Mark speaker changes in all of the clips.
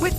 Speaker 1: With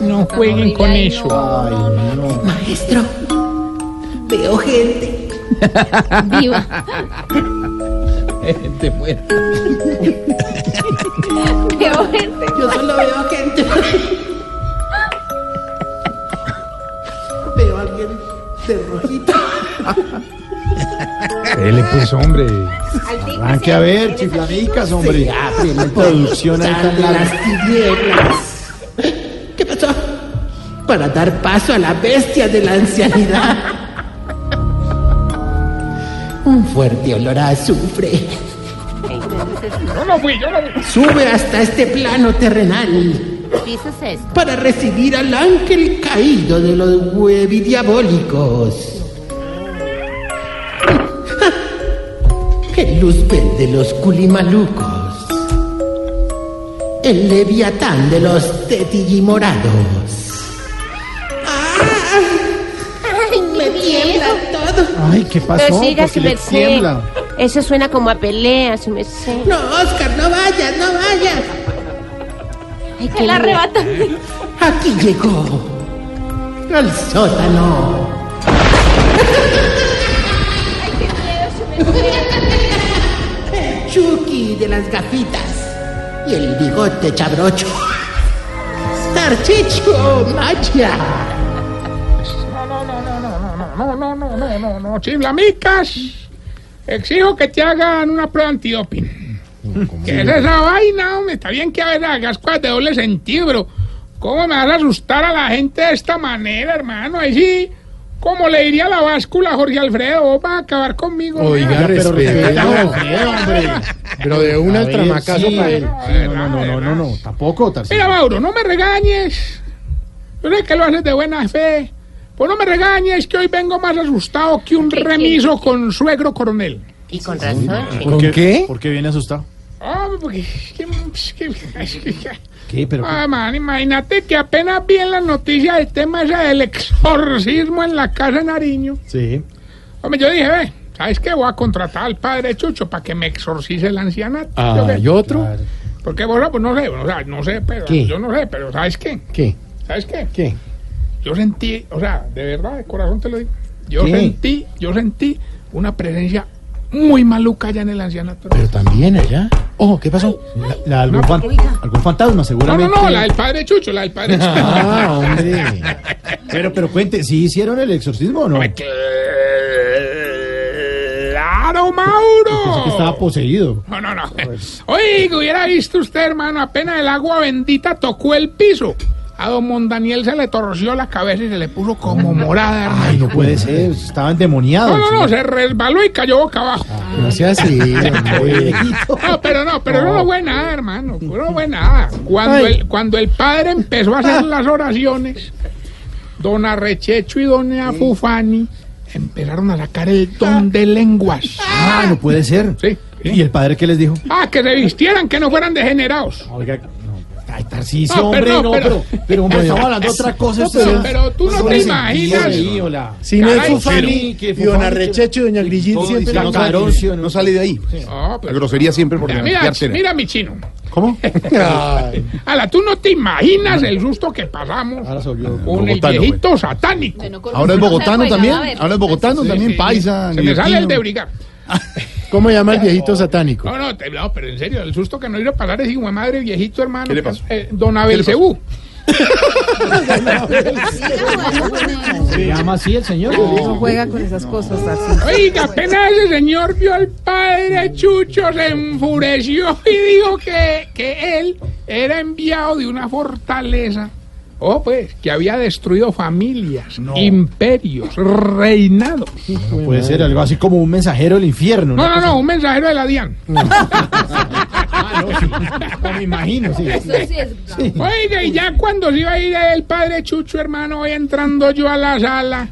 Speaker 2: No jueguen con eso.
Speaker 3: Maestro, veo gente.
Speaker 4: Viva,
Speaker 2: Gente muerta.
Speaker 4: veo gente.
Speaker 3: Yo solo veo gente. veo a alguien de rojito.
Speaker 2: Dele, pues, hombre. Arranque a ver, chiflanicas, hombre. Producción ahí
Speaker 3: Están
Speaker 2: tan larga.
Speaker 3: las tinieblas. ¿Qué pasó? Para dar paso a la bestia de la ancianidad. Un fuerte olor a azufre.
Speaker 2: Yo no fui, yo no fui.
Speaker 3: Sube hasta este plano terrenal
Speaker 4: Dices esto.
Speaker 3: para recibir al ángel caído de los huevidiabólicos. Ah, El luzbel de los culimalucos. El leviatán de los tetillimorados.
Speaker 4: Ay, mi viejo.
Speaker 3: ¡Ah! todo.
Speaker 2: Ay, ¿qué pasó?
Speaker 4: Pero siga,
Speaker 2: Ah, Porque
Speaker 4: su
Speaker 2: le
Speaker 4: merced.
Speaker 2: tiembla.
Speaker 4: Eso suena como a pelea, su merced.
Speaker 3: No, Oscar, no vayas, no vayas.
Speaker 4: Ay, que la arrebata.
Speaker 3: Aquí llegó. Al sótano. El Chucky de las gafitas. Y el bigote chabrocho. Tarchicho, magia.
Speaker 2: No, no, no, no, no, no, chiflamicas. Exijo que te hagan una prueba antidoping. ¿Qué es esa vaina, hombre? Está bien que a veces hagas cosas de doble sentido, pero ¿cómo me vas a asustar a la gente de esta manera, hermano? Ahí sí, como le diría la báscula a Jorge Alfredo, vos vas a acabar conmigo.
Speaker 5: Oiga,
Speaker 2: vea.
Speaker 5: respeto.
Speaker 2: hombre.
Speaker 5: Pero de un
Speaker 2: A ver,
Speaker 5: altramacazo
Speaker 2: sí,
Speaker 5: para él.
Speaker 2: sí, no, no, no, no, no, no,
Speaker 5: tampoco, Tarcísio.
Speaker 2: Mira, Mauro, no me regañes. Yo sé que lo haces de buena fe. Pues no me regañes, que hoy vengo más asustado que un remiso con suegro coronel.
Speaker 4: Y con razón, che.
Speaker 5: ¿Con qué?
Speaker 6: ¿Por qué viene asustado?
Speaker 2: Hombre, Ah, pues, porque. es que- es que- es que-
Speaker 5: ¿Qué? Pero
Speaker 2: Ah, man, imagínate que apenas vi en las noticias el tema ese del exorcismo en la casa de Nariño.
Speaker 5: sí.
Speaker 2: Hombre, yo dije, ve, ¿sabes qué? Voy a contratar al padre Chucho para que me exorcice el ancianato. Yo,
Speaker 5: Ah,
Speaker 2: ve,
Speaker 5: ¿y otro?
Speaker 2: Porque vos, pues no sé, o sea, no sé, pero.
Speaker 5: ¿Qué?
Speaker 2: Yo no sé, pero ¿sabes qué?
Speaker 5: ¿Qué?
Speaker 2: ¿Sabes qué?
Speaker 5: ¿Qué?
Speaker 2: Yo sentí, o sea, de verdad, de corazón te lo digo. Yo
Speaker 5: ¿Qué?
Speaker 2: sentí, yo sentí una presencia muy maluca allá en el ancianato.
Speaker 5: Pero también allá. Oh, ¿qué pasó? La, la- algún, fan- algún fantasma,
Speaker 2: No, no,
Speaker 5: seguramente.
Speaker 2: no, la del padre Chucho, la del padre Chucho.
Speaker 5: Ah, hombre. Pero, pero cuente, ¿sí hicieron el exorcismo o no?
Speaker 2: Hombre,
Speaker 5: Pensé
Speaker 2: ¡Claro,
Speaker 5: que estaba
Speaker 2: Mauro!
Speaker 5: poseído.
Speaker 2: No, no, no. Oiga, hubiera visto usted, hermano, apenas el agua bendita tocó el piso. A don Mondaniel se le torció la cabeza y se le puso como
Speaker 5: Ay,
Speaker 2: morada, hermano.
Speaker 5: no puede ser. Estaba endemoniado.
Speaker 2: No, no, no, se resbaló y cayó boca abajo.
Speaker 5: No sea así, hombre.
Speaker 2: No, pero no, pero no, fue nada, hermano. No fue nada. Cuando
Speaker 5: Ay. Ah.
Speaker 2: el, cuando el padre empezó a hacer las oraciones, don Arrechecho y doña Fufani empezaron a sacar el don de lenguas.
Speaker 5: Ah, no puede ser.
Speaker 2: Sí.
Speaker 5: ¿Y el padre qué les dijo?
Speaker 2: Ah, que se vistieran, que no fueran degenerados.
Speaker 5: Oiga, no. Ay, Tarcisio,
Speaker 2: No,
Speaker 5: hombre,
Speaker 2: pero no,
Speaker 5: no,
Speaker 2: pero-
Speaker 5: pero, pero, hombre, estamos hablando de otra cosa.
Speaker 2: No,
Speaker 5: ustedes.
Speaker 2: pero- pero tú no
Speaker 5: Son
Speaker 2: te
Speaker 5: ese-
Speaker 2: imaginas.
Speaker 5: Sí, hola.
Speaker 6: Si no es
Speaker 2: Caray,
Speaker 6: Fufani,
Speaker 5: pero-
Speaker 6: y Don Arrechecho y Doña Grillín
Speaker 5: Todo
Speaker 6: siempre
Speaker 5: diciendo
Speaker 6: no sale-
Speaker 5: Carosio, ¿no?
Speaker 6: no sale de ahí.
Speaker 2: No,
Speaker 6: La
Speaker 2: pero-
Speaker 6: grosería siempre por
Speaker 2: Ah, pues, mira, mira, mira, mi chino.
Speaker 5: ¿Cómo?
Speaker 6: Ay,
Speaker 2: Ala, tú no te imaginas el susto que pasamos
Speaker 5: Ahora se volvió.
Speaker 2: con el
Speaker 6: Bogotano,
Speaker 2: viejito satánico.
Speaker 6: Ahora es bogotano también. Ahora es bogotano también,
Speaker 2: Sí,
Speaker 6: paisa.
Speaker 2: Se me sale el de
Speaker 6: neoquino.
Speaker 2: brigar.
Speaker 6: ¿Cómo llama el viejito satánico?
Speaker 2: No, no, te, no, pero en serio, el susto que nos iba a pasar es hijo de madre, viejito hermano.
Speaker 6: ¿Qué le pasó?
Speaker 2: Eh, don Abel Cebú.
Speaker 5: ¿Se llama así el señor?
Speaker 7: juega con esas cosas, Tarcisio.
Speaker 2: Oiga, apenas ese señor vio al padre Chucho, se enfureció y dijo que, que él era enviado de una fortaleza Oh, pues, que había destruido familias, imperios, reinados.
Speaker 5: No puede ser algo así como un mensajero del infierno.
Speaker 2: No,
Speaker 5: una
Speaker 2: no, no, un mensajero de la DIAN.
Speaker 5: cosa- Me imagino, sí.
Speaker 2: Oiga, y ya cuando se iba a ir el padre Chucho, hermano, voy entrando yo a la sala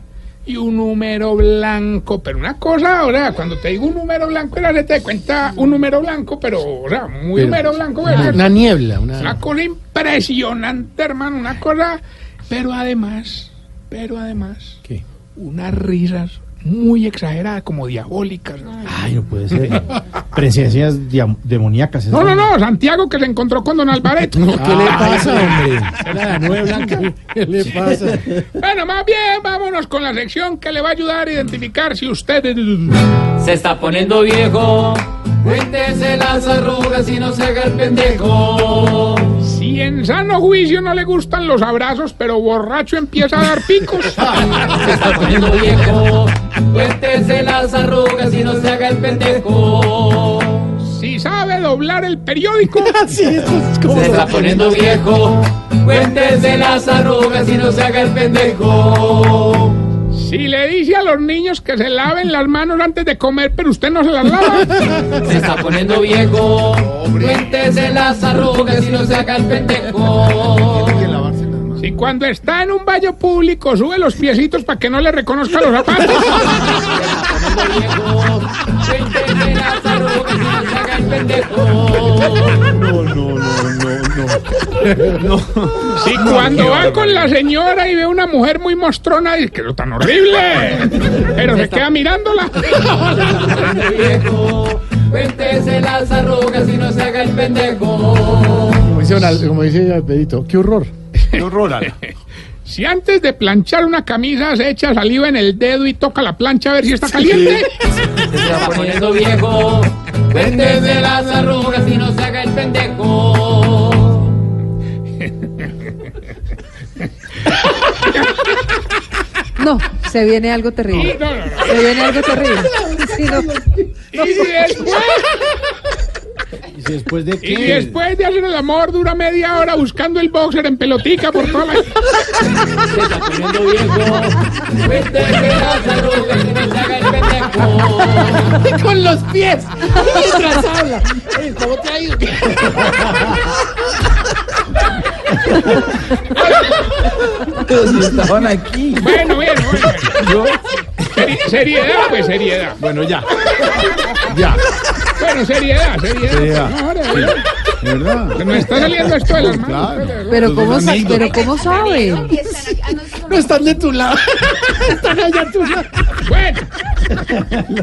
Speaker 2: y un número blanco, pero una cosa, o sea, cuando te digo un número blanco, era se te cuenta un número blanco, pero, o sea, muy
Speaker 6: Pero-
Speaker 2: número blanco,
Speaker 6: Una,
Speaker 2: ¿verdad?
Speaker 6: una niebla,
Speaker 2: Una
Speaker 6: una.
Speaker 2: cosa impresionante, hermano, una cosa, pero además, pero además,
Speaker 6: ¿Qué?
Speaker 2: unas risas muy exageradas, como diabólicas.
Speaker 5: Ay, no puede ser. Presencias diam- demoníacas.
Speaker 2: No, no, no, Santiago que se encontró con Don Alvareto.
Speaker 6: ¿Qué le pasa, hombre? La nube blanca. ¿Qué le pasa?
Speaker 2: Bueno, más bien, vámonos con la sección que le va a ayudar a identificar si usted...
Speaker 8: Se está poniendo viejo. Cuéntese las arrugas y no se haga el pendejo.
Speaker 2: Si en sano juicio no le gustan los abrazos, pero borracho empieza a dar picos.
Speaker 8: Se está poniendo viejo. Cuéntese las arrugas y no se haga el pendejo.
Speaker 2: Si sabe doblar el periódico.
Speaker 6: Sí, esto es como.
Speaker 8: Se está poniendo viejo. Cuéntese las arrugas y no se haga el pendejo.
Speaker 2: Si le dice a los niños que se laven las manos antes de comer, pero usted no se las lava.
Speaker 8: Se está poniendo viejo. Cuéntese las arrugas y no se haga el pendejo.
Speaker 2: Si cuando está en un baño público sube los piecitos para que no le reconozca los zapatos.
Speaker 8: Viejo, Cuéntese las arrugas y no se haga el pendejo.
Speaker 6: No, no, no, no, no.
Speaker 2: Si cuando va con la señora y ve una mujer muy mostrona, dice que lo tan horrible. Pero se queda mirándola.
Speaker 8: pendejo. Cuéntese las arrugas y no se haga el pendejo.
Speaker 6: Como dice, Donal- como dice Pedito, qué horror.
Speaker 2: Si antes de planchar una camisa se echa saliva en el dedo y toca la plancha a ver si está caliente.
Speaker 8: Se está poniendo viejo. Cuéntese las arrugas y no se haga el pendejo.
Speaker 7: No, se viene algo terrible.
Speaker 2: No, no, no.
Speaker 7: Se viene algo terrible. Sí, no.
Speaker 2: Y después,
Speaker 5: ¿Y si después de
Speaker 2: y
Speaker 5: qué?
Speaker 2: después de hacer el amor dura media hora buscando el boxer en pelotica por toda la...
Speaker 8: Se está poniendo viejo. Cuéntese las arrugas y no se haga el pendejo.
Speaker 3: Con los pies. Mientras habla. Ey, ¿Cómo te ha ido?
Speaker 2: Bueno, bueno, bueno. bueno. Seri- seriedad, pues seriedad.
Speaker 5: Bueno, ya. Ya.
Speaker 2: Bueno, seriedad, seriedad.
Speaker 5: Seriedad.
Speaker 2: No, ahora, ahora.
Speaker 6: ¿De verdad?
Speaker 2: Se nos está saliendo esto de las manos.
Speaker 6: Claro.
Speaker 7: Pero cómo, sa-
Speaker 6: anécdotas.
Speaker 7: pero cómo sabe.
Speaker 3: No están de tu lado. Están allá a tu lado.
Speaker 2: Bueno,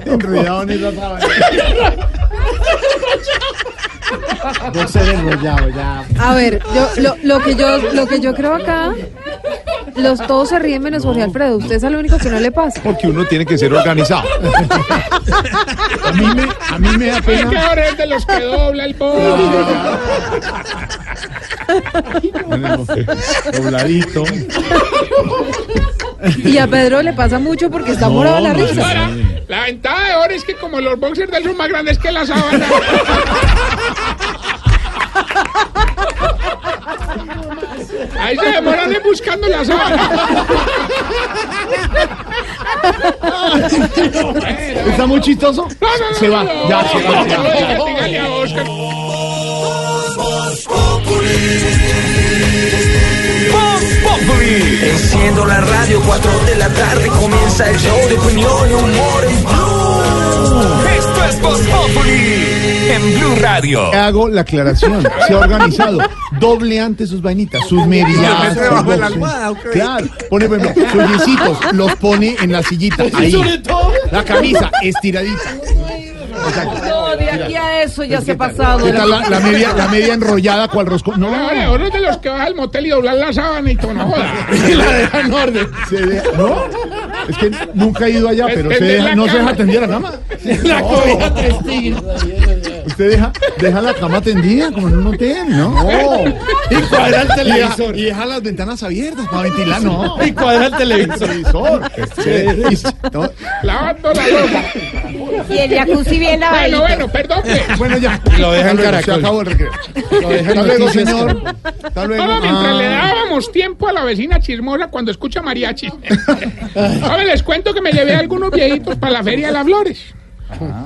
Speaker 6: Enredado en esa sábana. No se enrollado, ya.
Speaker 7: A ver, yo, lo, lo que yo, lo que yo creo acá, los todos se ríen menos Jorge Alfredo. Usted es el único que no le pasa.
Speaker 9: Porque uno tiene que ser organizado.
Speaker 6: A mí me, a mí me da
Speaker 2: es que
Speaker 6: pena.
Speaker 2: ahora es de los que dobla el boxer.
Speaker 6: Dobladito.
Speaker 7: Y a Pedro le pasa mucho porque está morado de la
Speaker 6: no,
Speaker 7: risa.
Speaker 2: Ahora, la ventaja de ahora es que como los boxers de él son más grandes que la sábana. Ahí se demoran en buscando la sábana.
Speaker 6: ¿Está muy chistoso?
Speaker 2: No, no, no,
Speaker 6: Se va,
Speaker 2: no,
Speaker 6: ya,
Speaker 2: no,
Speaker 6: se va,
Speaker 2: no,
Speaker 6: ya,
Speaker 2: no,
Speaker 6: ya.
Speaker 2: dígale a Oscar.
Speaker 8: Enciendo la radio, 4 de la tarde comienza el show de opinión y humor en Blue. Esto es Voz en Blue Radio.
Speaker 6: Hago la aclaración. Se ha organizado. Doble antes sus vainitas, sus medias.
Speaker 10: mete bajo
Speaker 6: sus
Speaker 10: la
Speaker 6: boxers.
Speaker 10: almohada, ¿ok?
Speaker 6: Claro. Pone, por ejemplo, sus lisitos. Los pone en la sillita. Ahí. La camisa estiradita.
Speaker 7: No, de aquí a eso ya se ha
Speaker 6: ¿Qué
Speaker 7: pasado.
Speaker 6: tal la, la media, la media enrollada cual rosco? No, no,
Speaker 2: Ahora,
Speaker 6: no.
Speaker 2: ahora es de los que vas al motel y doblar la sábana y todo, no joda.
Speaker 6: la deja en orden. Se deja- ¿No? Es que nunca he ido allá, pero se
Speaker 2: Extender
Speaker 6: deja-
Speaker 2: la
Speaker 6: no se
Speaker 2: cama.
Speaker 6: deja atender a la cama.
Speaker 3: La comida testigo.
Speaker 5: usted deja, deja la cama tendida como en un hotel, ¿no?
Speaker 6: No.
Speaker 5: Y cuadra el
Speaker 6: Y deja-
Speaker 5: televisor. Y deja las ventanas abiertas para ventilar, no.
Speaker 6: Y cuadra el televisor.
Speaker 5: Sí. Y- no.
Speaker 2: Lavando la ropa.
Speaker 4: Y el jacuzzi bien
Speaker 2: Bueno,
Speaker 4: lavadito.
Speaker 2: bueno, perdón. pues.
Speaker 5: Bueno, ya.
Speaker 6: Lo deja en
Speaker 5: Hasta luego, se
Speaker 6: Caracol.
Speaker 5: acabó el recreo.
Speaker 6: Lo deja en
Speaker 5: Hasta luego,
Speaker 6: Noticias
Speaker 5: señor. Hasta luego.
Speaker 2: Todo mientras
Speaker 5: Ah.
Speaker 2: le dábamos tiempo a la vecina chismosa cuando escucha mariachi. Ahora les cuento que me llevé a algunos viejitos para la Feria de las Flores.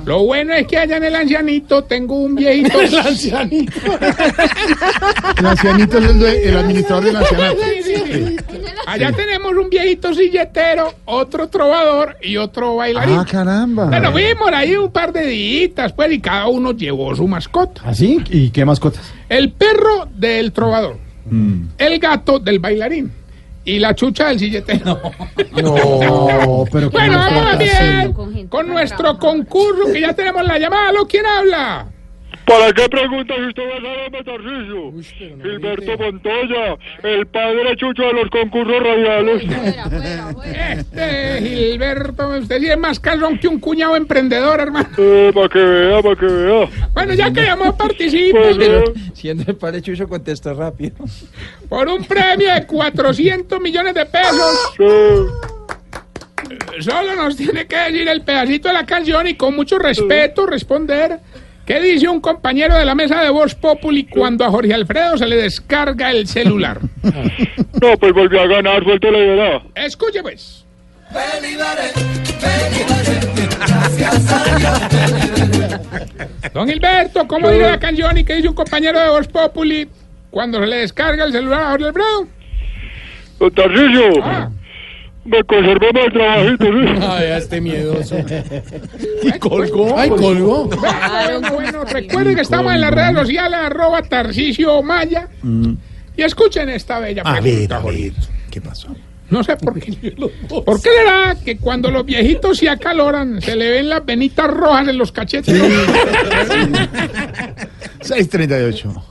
Speaker 2: Lo bueno es que allá en el ancianito tengo un viejito.
Speaker 6: El ancianito.
Speaker 5: El ancianito es el, due- el administrador del ancianato.
Speaker 2: Sí, sí, sí. Allá tenemos un viejito silletero, otro trovador y otro bailarín.
Speaker 5: Ah, caramba.
Speaker 2: Bueno, fuimos ahí un par de días, pues, y cada uno llevó su mascota.
Speaker 5: ¿Así? ¿Y qué mascotas?
Speaker 2: El perro del trovador, el gato del bailarín y la chucha del silletero.
Speaker 5: No, Oh, pero qué
Speaker 2: Bueno, vamos
Speaker 5: mascotas.
Speaker 2: bien
Speaker 5: sí.
Speaker 2: con, nuestro concurso que ya tenemos la llamada. ¿Aló, quién habla?
Speaker 11: ¿Para qué pregunta si usted va a saber Metarrillo? Gilberto Montoya, el padre chucho de los concursos radiales.
Speaker 2: Este Gilberto, usted sí es más calzón que un cuñado emprendedor, hermano.
Speaker 11: Eh, para que vea, para que vea.
Speaker 2: Bueno, ya que llamó, participe.
Speaker 11: Pues, eh,
Speaker 12: Siendo el padre Chucho, contesta rápido.
Speaker 2: Por un premio de 400 millones de pesos,
Speaker 11: eh,
Speaker 2: solo nos tiene que decir el pedacito de la canción y con mucho respeto responder qué dice un compañero de la mesa de Voz Populi cuando a Jorge Alfredo se le descarga el celular.
Speaker 11: no, pues volví a ganar, suelto la idea.
Speaker 2: Escuche pues. Don Gilberto, ¿cómo dice la canción y qué dice un compañero de Voz Populi cuando se le descarga el celular a Jorge Alfredo?
Speaker 11: Metarrillo,
Speaker 2: Ah.
Speaker 11: me conservé mal trabajito, ¿sí?
Speaker 6: Ay, a este miedoso.
Speaker 5: Y colgó.
Speaker 6: Ay, colgó.
Speaker 2: Bueno, bueno, recuerden que estamos en las redes sociales, arroba Tarcicio Maya. Y escuchen esta bella
Speaker 6: Mm. A ver,
Speaker 2: pregunta,
Speaker 6: a
Speaker 2: Jorge.
Speaker 6: ver. ¿Qué pasó?
Speaker 2: No sé por qué. ¿Por qué será que cuando los viejitos se acaloran se le ven las venitas rojas en los cachetes?
Speaker 5: 638.